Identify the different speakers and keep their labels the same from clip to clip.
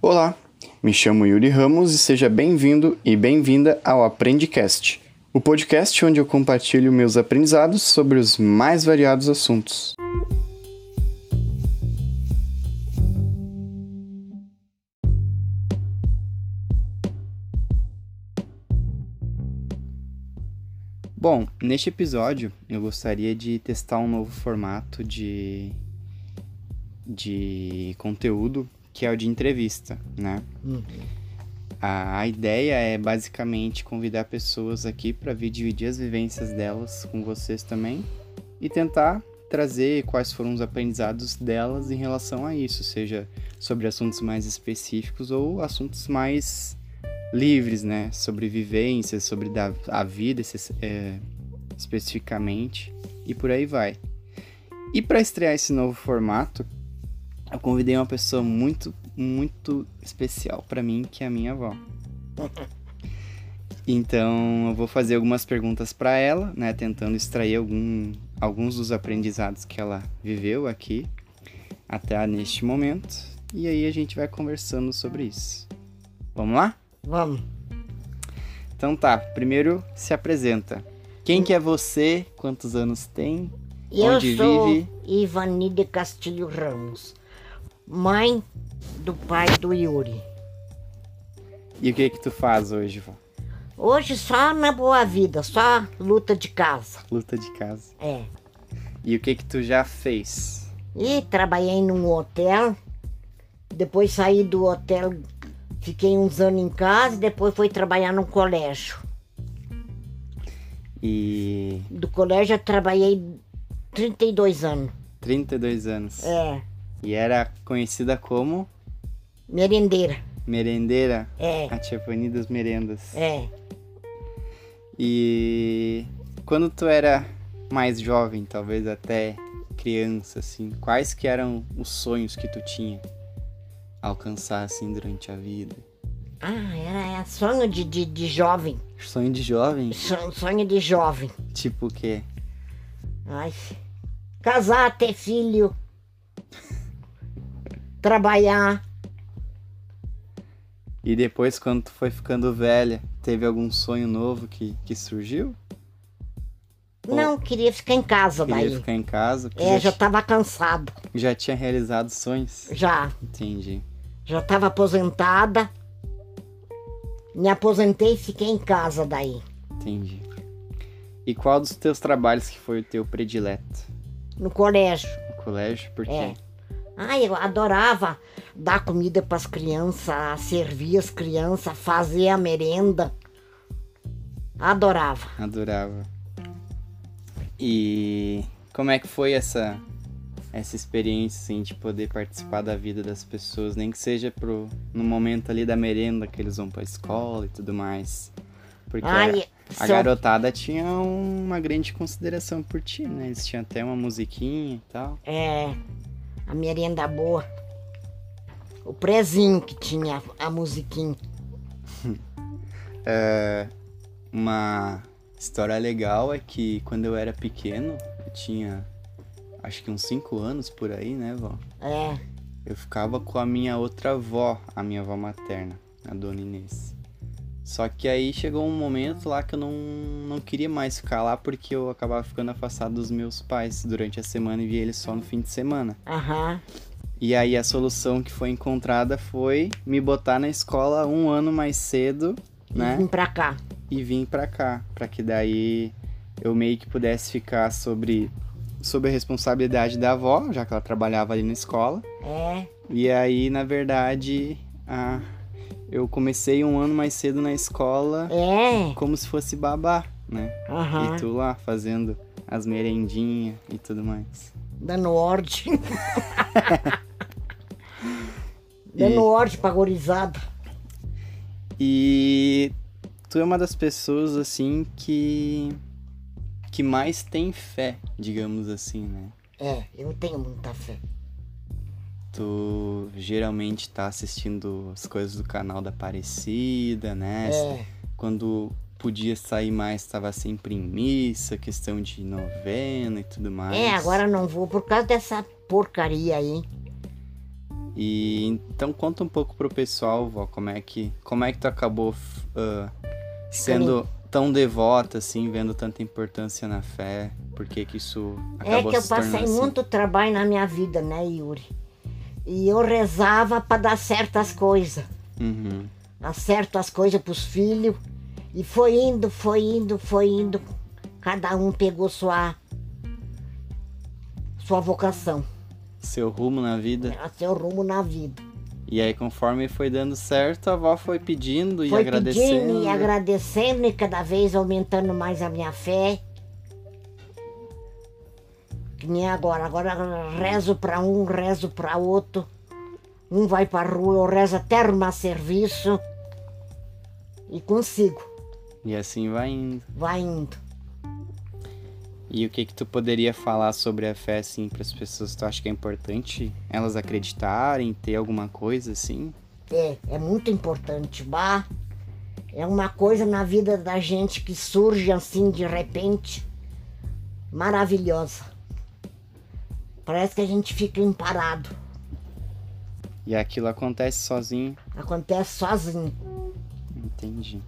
Speaker 1: Olá, me chamo Yuri Ramos e seja bem-vindo e bem-vinda ao Aprendicast, o podcast onde eu compartilho meus aprendizados sobre os mais variados assuntos. Bom, neste episódio eu gostaria de testar um novo formato de, de conteúdo que é o de entrevista, né?
Speaker 2: Uhum.
Speaker 1: A, a ideia é basicamente convidar pessoas aqui para vir dividir as vivências delas com vocês também e tentar trazer quais foram os aprendizados delas em relação a isso, seja sobre assuntos mais específicos ou assuntos mais livres, né? Sobre vivências, sobre da, a vida esses, é, especificamente e por aí vai. E para estrear esse novo formato, eu convidei uma pessoa muito, muito especial para mim, que é a minha avó. Então, eu vou fazer algumas perguntas para ela, né, tentando extrair algum, alguns dos aprendizados que ela viveu aqui até neste momento, e aí a gente vai conversando sobre isso. Vamos lá?
Speaker 2: Vamos.
Speaker 1: Então tá, primeiro se apresenta. Quem que é você? Quantos anos tem?
Speaker 2: Eu
Speaker 1: Onde
Speaker 2: sou
Speaker 1: vive?
Speaker 2: Ivani de Castilho Ramos, mãe do pai do Yuri.
Speaker 1: E o que que tu faz hoje, vó?
Speaker 2: Hoje só na boa vida, só luta de casa.
Speaker 1: Luta de casa.
Speaker 2: É.
Speaker 1: E o que que tu já fez?
Speaker 2: E trabalhei num hotel, depois saí do hotel, fiquei uns anos em casa, depois fui trabalhar num colégio.
Speaker 1: E
Speaker 2: Do colégio eu trabalhei 32 anos.
Speaker 1: 32 anos.
Speaker 2: É.
Speaker 1: E era conhecida como
Speaker 2: Merendeira.
Speaker 1: merendeira,
Speaker 2: É,
Speaker 1: a Tia Pani das Merendas.
Speaker 2: é.
Speaker 1: E quando tu era mais jovem, talvez até criança, assim, quais que eram os sonhos que tu tinha a alcançar, assim, durante a vida?
Speaker 2: Ah, era, era sonho de, de, de jovem.
Speaker 1: Sonho de jovem?
Speaker 2: Son- Sonho de jovem.
Speaker 1: Tipo o quê?
Speaker 2: Ai, casar, ter filho, trabalhar.
Speaker 1: E depois, quando tu foi ficando velha, teve algum sonho novo que, que surgiu? Ou
Speaker 2: Não, queria ficar em casa
Speaker 1: Queria
Speaker 2: daí.
Speaker 1: ficar em casa? porque
Speaker 2: É, já
Speaker 1: já, tá- ti-
Speaker 2: tava cansado.
Speaker 1: já tinha realizado sonhos?
Speaker 2: Já,
Speaker 1: Entendi.
Speaker 2: já tava aposentada. Me aposentei e fiquei em casa daí.
Speaker 1: Entendi. E qual dos teus trabalhos que foi o teu predileto
Speaker 2: No colégio.
Speaker 1: no colégio? Por quê?
Speaker 2: É. Ai, eu adorava dar comida pras crianças, servir as crianças, fazer a merenda. Adorava.
Speaker 1: Adorava. E como é que foi essa essa experiência assim, de poder participar da vida das pessoas, nem que seja pro no momento ali da merenda que eles vão pra escola e tudo mais. Porque
Speaker 2: Ai,
Speaker 1: a, a
Speaker 2: só-
Speaker 1: garotada tinha uma grande consideração por ti, né? Eles tinham até uma musiquinha e tal.
Speaker 2: É, a merenda boa. O prezinho que tinha a musiquinha.
Speaker 1: Uma história legal é que quando eu era pequeno, eu tinha acho que uns 5 anos por aí, né, vó?
Speaker 2: É,
Speaker 1: Eu ficava com a minha outra avó, a minha avó materna, a dona Inês. Só que aí chegou um momento lá que eu não, não queria mais ficar lá porque eu acabava ficando afastado dos meus pais durante a semana e via eles só no fim de semana.
Speaker 2: aham.
Speaker 1: E aí a solução que foi encontrada foi me botar na escola um ano mais cedo,
Speaker 2: E
Speaker 1: né?
Speaker 2: vim pra cá.
Speaker 1: E vim pra cá, pra que daí eu meio que pudesse ficar sobre, sobre a responsabilidade da avó, já que ela trabalhava ali na escola.
Speaker 2: É,
Speaker 1: E aí, na verdade, a- eu comecei um ano mais cedo na escola
Speaker 2: é,
Speaker 1: como se fosse babá, né?
Speaker 2: aham.
Speaker 1: E tu lá fazendo as merendinhas e tudo mais.
Speaker 2: Dando ordem. Dando ordem pra gorizada.
Speaker 1: E tu é uma das pessoas assim que que mais tem fé, digamos assim, né?
Speaker 2: É, eu tenho muita fé.
Speaker 1: Tu geralmente tá assistindo as coisas do canal da Aparecida, né?
Speaker 2: É,
Speaker 1: quando podia sair mais, estava sempre em missa, questão de novena e tudo mais.
Speaker 2: é agora não vou por causa dessa porcaria aí.
Speaker 1: E então conta um pouco pro pessoal, vó, como é que, como é que tu acabou ah, sendo tão devota, assim, vendo tanta importância na fé, por que que isso
Speaker 2: É
Speaker 1: acabou
Speaker 2: que eu
Speaker 1: se tornando
Speaker 2: passei
Speaker 1: assim?
Speaker 2: muito trabalho na minha vida, né, Yuri? E eu rezava para dar certas coisas.
Speaker 1: Uhum,
Speaker 2: Dar certas coisas pros filhos. E foi indo, foi indo, foi indo. Cada um pegou sua sua vocação,
Speaker 1: seu rumo na vida.
Speaker 2: né, seu rumo na vida.
Speaker 1: E aí, conforme foi dando certo, a avó foi pedindo e
Speaker 2: foi
Speaker 1: agradecendo. né?
Speaker 2: pedindo e agradecendo e cada vez aumentando mais a minha fé. Que nem agora, agora eu rezo pra um, rezo pra outro. Um vai pra rua, eu rezo até arrumar serviço. E consigo,
Speaker 1: E assim vai indo.
Speaker 2: vai indo.
Speaker 1: E o que que tu poderia falar sobre a fé, assim, pras pessoas? Tu acha que é importante elas acreditarem, ter alguma coisa, assim?
Speaker 2: É, é muito importante, bah. É uma coisa na vida da gente que surge assim de repente, maravilhosa. Parece que a gente fica imparado,
Speaker 1: E aquilo acontece sozinho.
Speaker 2: acontece sozinho.
Speaker 1: Entendi.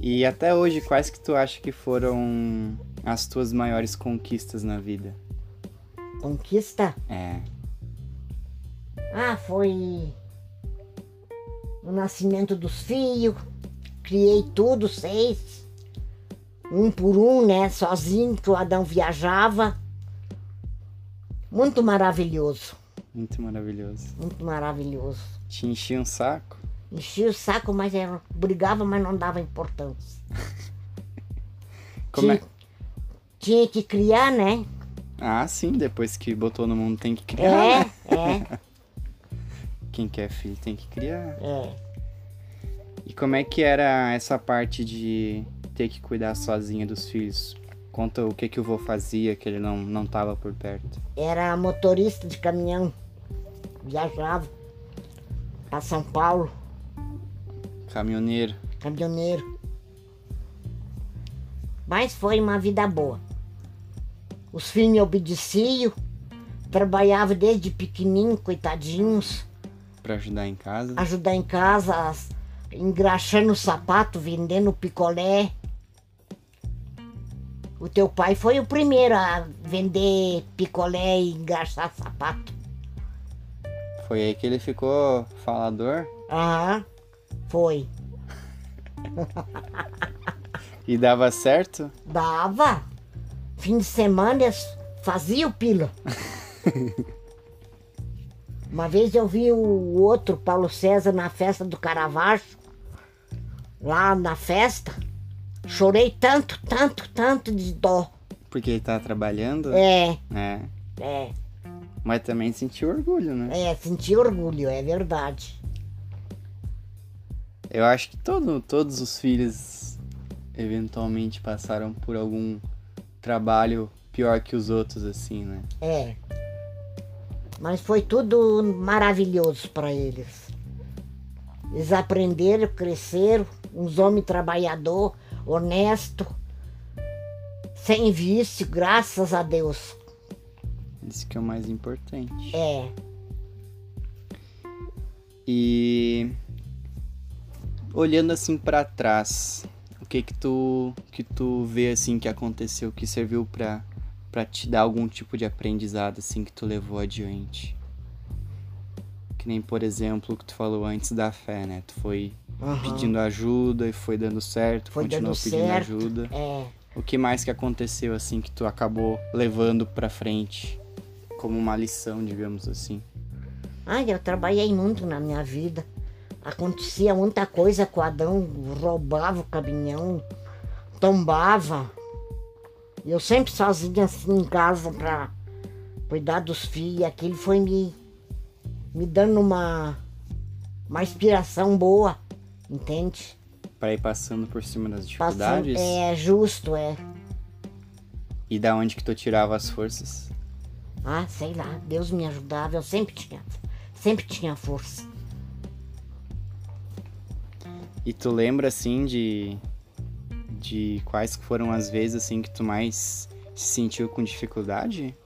Speaker 1: E até hoje, quais que tu acha que foram as tuas maiores conquistas na vida?
Speaker 2: Conquista?
Speaker 1: É.
Speaker 2: Ah, foi o nascimento dos filhos, criei tudo, seis, um por um, né? Sozinho, que o Adão viajava. Muito maravilhoso,
Speaker 1: Muito maravilhoso.
Speaker 2: muito maravilhoso.
Speaker 1: Te enchi um saco?
Speaker 2: Enchia o saco, mas era, brigava, mas não dava importância.
Speaker 1: Como é?
Speaker 2: Tinha, tinha que criar, né?
Speaker 1: Ah, sim, depois que botou no mundo tem que criar, né?
Speaker 2: É, é,
Speaker 1: Quem quer filho tem que criar.
Speaker 2: é.
Speaker 1: E como é que era essa parte de ter que cuidar sozinha dos filhos? Conta o que que o vô fazia, que ele não, não tava por perto.
Speaker 2: Era motorista de caminhão. Viajava para São Paulo,
Speaker 1: Caminhoneiro.
Speaker 2: caminhoneiro. Mas foi uma vida boa. Os filhos me obedeciam, trabalhava desde pequenininho, coitadinhos.
Speaker 1: Pra ajudar em casa.
Speaker 2: ajudar em casa, as- engraxando o sapato, vendendo picolé. O teu pai foi o primeiro a vender picolé e engraxar sapato. Ah.
Speaker 1: Foi aí que ele ficou falador.
Speaker 2: Aham, Ah, foi.
Speaker 1: E dava certo?
Speaker 2: Dava. Fim de semana eles faziam pila. Uma vez eu vi o outro Paulo César na festa do Caravaggio, lá na festa. Chorei tanto, tanto, tanto de dó.
Speaker 1: Porque ele tava trabalhando.
Speaker 2: É,
Speaker 1: É.
Speaker 2: é,
Speaker 1: Mas também sentiu orgulho, né?
Speaker 2: é, senti orgulho, é verdade. É.
Speaker 1: Eu acho que todo, todos os filhos eventualmente passaram por algum trabalho pior que os outros, assim, né?
Speaker 2: É. Mas foi tudo maravilhoso para eles. Eles aprenderam, cresceram, uns homens trabalhador, honesto, sem vício, graças a Deus.
Speaker 1: Isso que é o mais importante.
Speaker 2: É.
Speaker 1: E olhando assim pra trás, o que que tu que tu vê assim que aconteceu que serviu pra para te dar algum tipo de aprendizado assim que tu levou adiante? Que nem, por exemplo, o que tu falou antes da fé, né? Tu foi
Speaker 2: Aham.
Speaker 1: pedindo ajuda e foi dando certo,
Speaker 2: Foi
Speaker 1: continuou
Speaker 2: dando
Speaker 1: pedindo
Speaker 2: certo.
Speaker 1: ajuda.
Speaker 2: É.
Speaker 1: O que mais que aconteceu assim que tu acabou levando pra frente como uma lição, digamos assim?
Speaker 2: Ai, eu trabalhei muito na minha vida. Acontecia muita coisa com o Adão, roubava o caminhão, tombava. E Eu sempre sozinha assim em casa pra cuidar dos filhos. Aquilo foi me, me dando uma, uma inspiração boa, entende?
Speaker 1: Pra ir passando por cima das
Speaker 2: Passando-
Speaker 1: dificuldades?
Speaker 2: é justo, é.
Speaker 1: E da onde que tu tirava as forças?
Speaker 2: Ah, sei lá, Deus me ajudava, eu sempre tinha, sempre tinha força.
Speaker 1: E tu lembra assim de de quais que foram as vezes assim que tu mais se sentiu com dificuldade?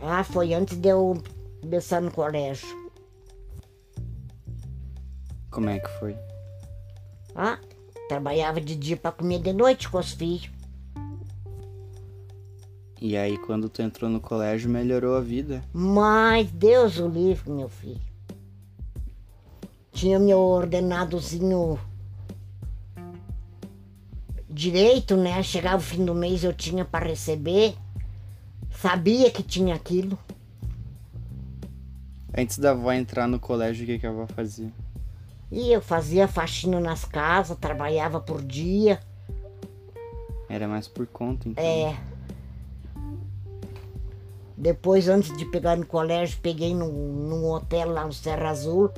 Speaker 2: Ah, foi antes de eu começar no colégio.
Speaker 1: Como é que foi?
Speaker 2: Ah, trabalhava de dia para comer de noite com os filhos.
Speaker 1: E aí, quando tu entrou no colégio, melhorou a vida?
Speaker 2: Mas Deus o livre, meu filho. Tinha meu ordenadozinho direito, né? Chegava o fim do mês, eu tinha para receber. Sabia que tinha aquilo.
Speaker 1: Antes da avó entrar no colégio, o que, que a avó fazia?
Speaker 2: E eu fazia faxina nas casas, trabalhava por dia.
Speaker 1: Era mais por conta, então.
Speaker 2: É. Depois, antes de pegar no colégio, peguei num, num hotel lá no Serra Azul.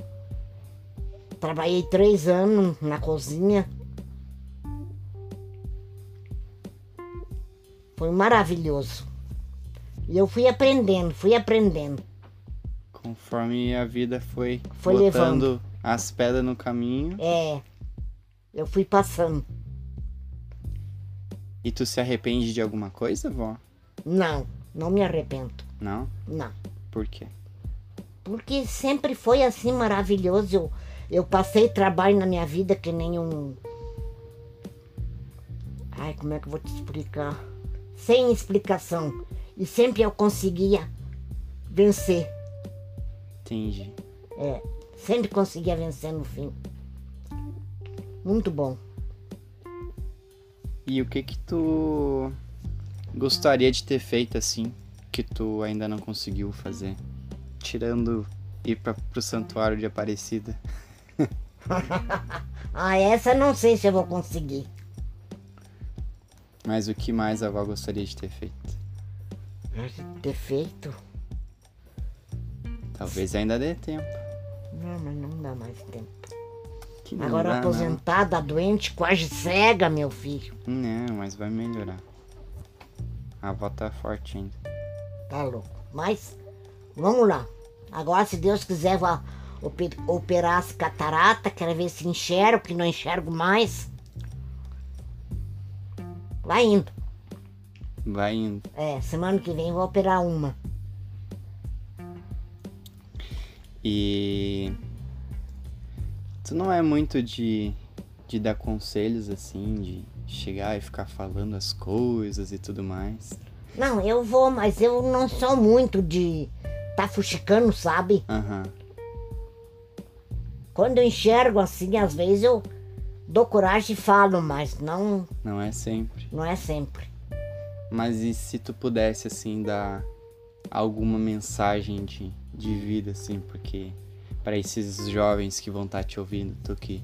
Speaker 2: Trabalhei três anos na cozinha. Foi maravilhoso. E eu fui aprendendo, fui aprendendo.
Speaker 1: Conforme a vida foi,
Speaker 2: Foi
Speaker 1: botando
Speaker 2: levando.
Speaker 1: as pedras no caminho.
Speaker 2: É. Eu fui passando.
Speaker 1: E tu se arrepende de alguma coisa, vó?
Speaker 2: Não, não me arrependo.
Speaker 1: Não?
Speaker 2: Não.
Speaker 1: Por quê?
Speaker 2: Porque sempre foi assim maravilhoso. Eu, eu passei trabalho na minha vida que nem um. Ai, como é que eu vou te explicar? Sem explicação. E sempre eu conseguia vencer.
Speaker 1: Entendi.
Speaker 2: É, sempre conseguia vencer no fim. Muito bom.
Speaker 1: E o que que tu gostaria de ter feito assim, que tu ainda não conseguiu fazer? Tirando ir pra, pro santuário de Aparecida.
Speaker 2: Ah, essa eu não sei se eu vou conseguir.
Speaker 1: Mas o que mais a avó gostaria de ter feito?
Speaker 2: Ter feito.
Speaker 1: Talvez ainda dê tempo.
Speaker 2: Não, mas não dá mais tempo.
Speaker 1: Que não
Speaker 2: Agora
Speaker 1: dá,
Speaker 2: aposentada, doente, quase cega, meu filho.
Speaker 1: Não. não, mas vai melhorar. A avó tá forte ainda.
Speaker 2: Tá louco. Mas vamos lá. Agora, se Deus quiser, vou ope- operar as cataratas. Quero ver se enxergo, que não enxergo mais. Vai indo.
Speaker 1: Vai indo.
Speaker 2: É, semana que vem vou operar uma.
Speaker 1: E. Tu não é muito de, de dar conselhos assim, de chegar e ficar falando as coisas e tudo mais.
Speaker 2: Não, eu vou, mas eu não sou muito de tá fuxicando, sabe?
Speaker 1: Aham.
Speaker 2: Quando eu enxergo assim, às vezes eu dou coragem e falo, mas não,
Speaker 1: Não é sempre.
Speaker 2: não é sempre.
Speaker 1: Mas e se tu pudesse, assim, dar alguma mensagem de, de vida, assim, porque para esses jovens que vão estar te ouvindo, tu que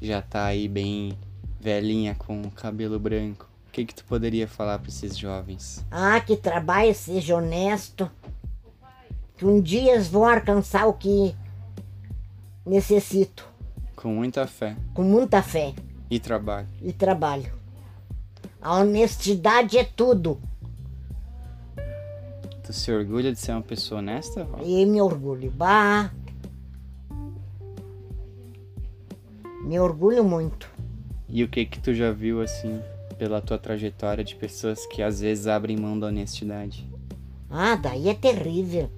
Speaker 1: já tá aí bem velhinha com o cabelo branco, o que que tu poderia falar para esses jovens?
Speaker 2: Ah, que trabalhe, seja honesto. Que um dia eles vão alcançar o que necessito.
Speaker 1: Com muita fé
Speaker 2: Com muita fé
Speaker 1: e trabalho.
Speaker 2: e trabalho. A honestidade é tudo.
Speaker 1: Tu se orgulha de ser uma pessoa honesta? Val?
Speaker 2: E me orgulho. Bah! Me orgulho muito.
Speaker 1: E o que que tu já viu, assim, pela tua trajetória de pessoas que às vezes abrem mão da honestidade?
Speaker 2: Ah, daí é terrível.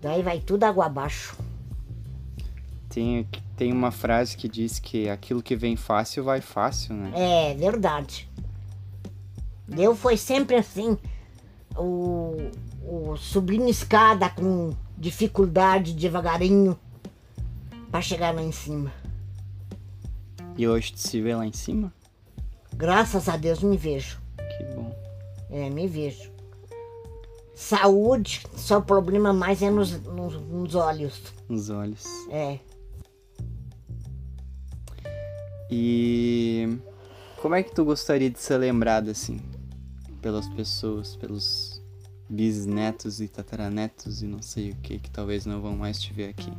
Speaker 2: Daí vai tudo água abaixo.
Speaker 1: Tem, tem uma frase que diz que aquilo que vem fácil vai fácil, né?
Speaker 2: É verdade. Eu foi sempre assim, o, o subindo escada com dificuldade, devagarinho, para chegar lá em cima.
Speaker 1: E hoje tu se vê lá em cima?
Speaker 2: Graças a Deus me vejo.
Speaker 1: Que bom.
Speaker 2: É, me vejo. Saúde, só o problema mais é nos, nos, nos olhos.
Speaker 1: Nos olhos.
Speaker 2: É.
Speaker 1: E como é que tu gostaria de ser lembrado assim? Pelas pessoas, pelos bisnetos e tataranetos e não sei o que, que talvez não vão mais te ver aqui.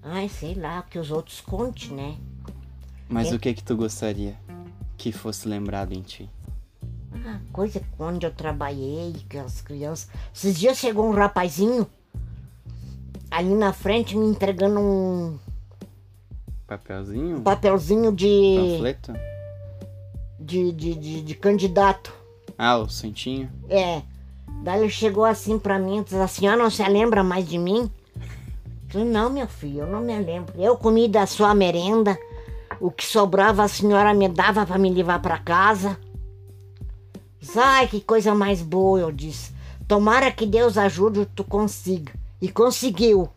Speaker 2: Ai, sei lá, que os outros contem, né?
Speaker 1: Mas
Speaker 2: É.
Speaker 1: o que que tu gostaria que fosse lembrado em ti?
Speaker 2: Ah, coisa que onde eu trabalhei, que as crianças. Esses dias chegou um rapazinho ali na frente me entregando um
Speaker 1: Papelzinho?
Speaker 2: papelzinho de,
Speaker 1: Panfleto?
Speaker 2: de, de, de, de candidato.
Speaker 1: Ah, o santinho?
Speaker 2: É. Daí ele chegou assim pra mim e disse, a senhora não se lembra mais de mim? Eu falei, não, meu filho, eu não me lembro. Eu comi da sua merenda, o que sobrava a senhora me dava pra me levar pra casa. Disse, Ai, que coisa mais boa, eu disse. Tomara que Deus ajude tu consiga. E conseguiu.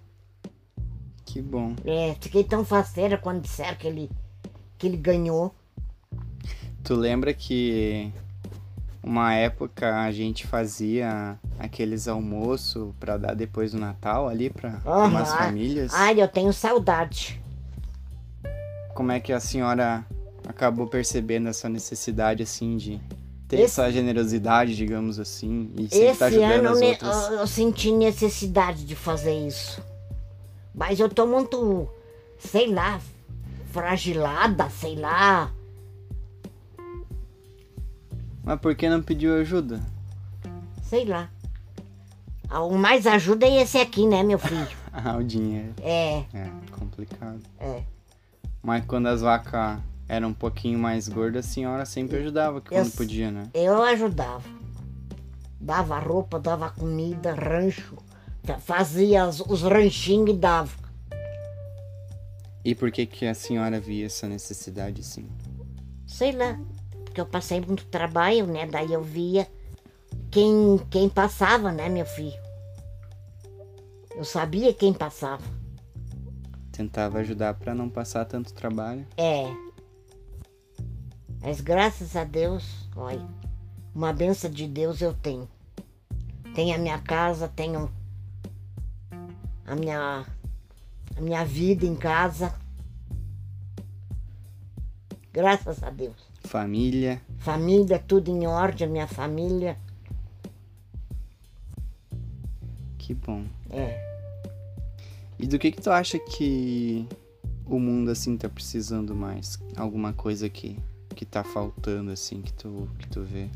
Speaker 1: Que bom.
Speaker 2: É, fiquei tão faceira quando disseram que ele, que ele ganhou.
Speaker 1: Tu lembra que uma época a gente fazia aqueles almoços pra dar depois do Natal ali pra
Speaker 2: Aham.
Speaker 1: umas famílias?
Speaker 2: Ai, eu tenho saudade.
Speaker 1: Como é que a senhora acabou percebendo essa necessidade assim de ter
Speaker 2: Esse-
Speaker 1: essa generosidade, digamos assim, e sempre tá
Speaker 2: Esse
Speaker 1: ajudando
Speaker 2: ano Ah.
Speaker 1: as
Speaker 2: ne-
Speaker 1: outras?
Speaker 2: eu, eu senti necessidade de fazer isso. Mas eu tô muito, sei lá, fragilada, sei lá.
Speaker 1: Mas por que não pediu ajuda?
Speaker 2: sei lá. Ah, O mais ajuda é esse aqui, né, meu filho?
Speaker 1: Ah, o dinheiro.
Speaker 2: É,
Speaker 1: É, complicado.
Speaker 2: É.
Speaker 1: Mas quando as vacas eram um pouquinho mais gordas, a senhora sempre ajudava que quando
Speaker 2: s-
Speaker 1: podia, né?
Speaker 2: eu ajudava. Dava roupa, dava comida, rancho. Fa- Fazia os, os ranchinhos e dava.
Speaker 1: E por que que a senhora via essa necessidade assim?
Speaker 2: Sei lá. Porque eu passei muito trabalho, né? Daí eu via quem, quem passava, né, meu filho? Eu sabia quem passava.
Speaker 1: Tentava ajudar pra não passar tanto trabalho.
Speaker 2: É. Mas graças a Deus, olha, uma benção de Deus eu tenho. Tenho a minha casa, tenho a minha, a minha vida em casa. Graças a Deus.
Speaker 1: Família.
Speaker 2: Família, tudo em ordem, a minha família.
Speaker 1: Que bom.
Speaker 2: É.
Speaker 1: E do que que tu acha que o mundo assim tá precisando mais? Alguma coisa que que tá faltando assim que tu que tu vê?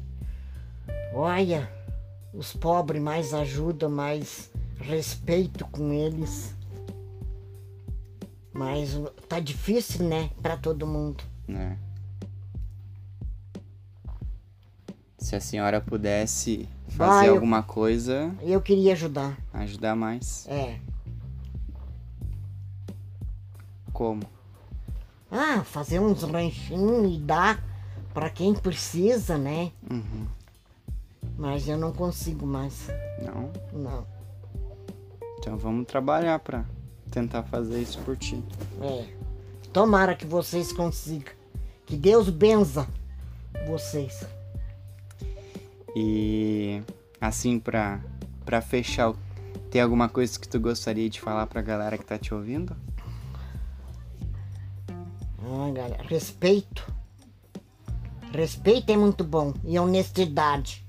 Speaker 2: Olha, os pobres mais ajudam, mais respeito com eles. Mas o- tá difícil, né, para todo mundo.
Speaker 1: né? Se a senhora pudesse fazer
Speaker 2: Vai, eu-
Speaker 1: alguma coisa,
Speaker 2: Eu queria ajudar.
Speaker 1: ajudar mais.
Speaker 2: É.
Speaker 1: Como?
Speaker 2: Ah, fazer uns ranchinhos e dar pra quem precisa, né?
Speaker 1: Uhum.
Speaker 2: Mas eu não consigo mais.
Speaker 1: Não?
Speaker 2: Não.
Speaker 1: Então vamos trabalhar pra tentar fazer isso por ti.
Speaker 2: É. Tomara que vocês consigam. Que Deus benza vocês.
Speaker 1: E assim pra para fechar, tem alguma coisa que tu gostaria de falar pra galera que tá te ouvindo?
Speaker 2: Ah, galera. Respeito. Respeito é muito bom. E honestidade.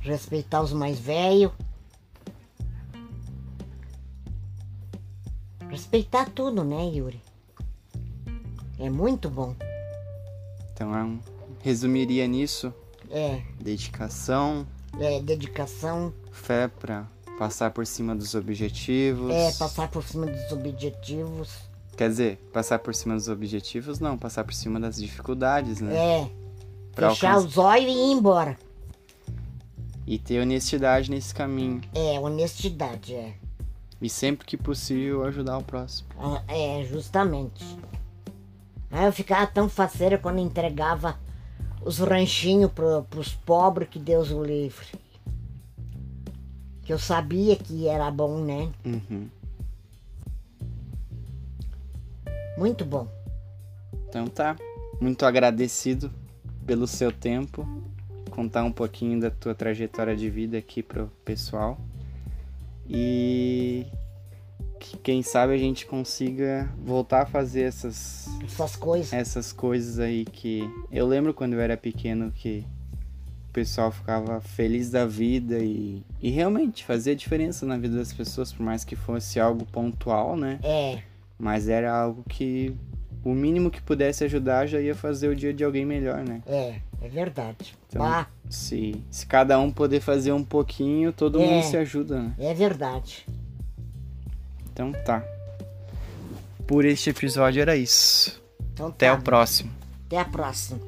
Speaker 2: Respeitar os mais velhos. Respeitar tudo, né, Yuri? É muito bom.
Speaker 1: Então é um- resumiria nisso:
Speaker 2: É,
Speaker 1: dedicação,
Speaker 2: é dedicação,
Speaker 1: fé pra passar por cima dos objetivos.
Speaker 2: é passar por cima dos objetivos.
Speaker 1: Quer dizer, passar por cima dos objetivos, não, passar por cima das dificuldades, né?
Speaker 2: É,
Speaker 1: Pra
Speaker 2: fechar
Speaker 1: alcançar-
Speaker 2: os olhos e ir embora.
Speaker 1: E ter honestidade nesse caminho.
Speaker 2: É, honestidade, é.
Speaker 1: E sempre que possível ajudar o próximo.
Speaker 2: Ah, É, justamente. Aí eu ficava tão faceira quando entregava os ranchinhos pro, pros pobres, que Deus o livre. Que eu sabia que era bom, né?
Speaker 1: Uhum.
Speaker 2: Muito bom.
Speaker 1: Então tá. Muito agradecido pelo seu tempo. Contar um pouquinho da tua trajetória de vida aqui pro pessoal. E que quem sabe a gente consiga voltar a fazer essas
Speaker 2: Essas coisas.
Speaker 1: essas coisas aí que eu lembro quando eu era pequeno que o pessoal ficava feliz da vida e, e realmente fazia diferença na vida das pessoas, por mais que fosse algo pontual, né?
Speaker 2: É,
Speaker 1: Mas era algo que o mínimo que pudesse ajudar já ia fazer o dia de alguém melhor, né?
Speaker 2: é, é verdade.
Speaker 1: Então-
Speaker 2: Bah,
Speaker 1: Se, se cada um poder fazer um pouquinho, todo
Speaker 2: É.
Speaker 1: mundo se ajuda, né?
Speaker 2: é verdade.
Speaker 1: Então tá. Por este episódio era isso.
Speaker 2: Então
Speaker 1: Até
Speaker 2: tá.
Speaker 1: o próximo.
Speaker 2: Até a próxima.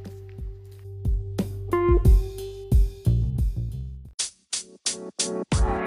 Speaker 2: Música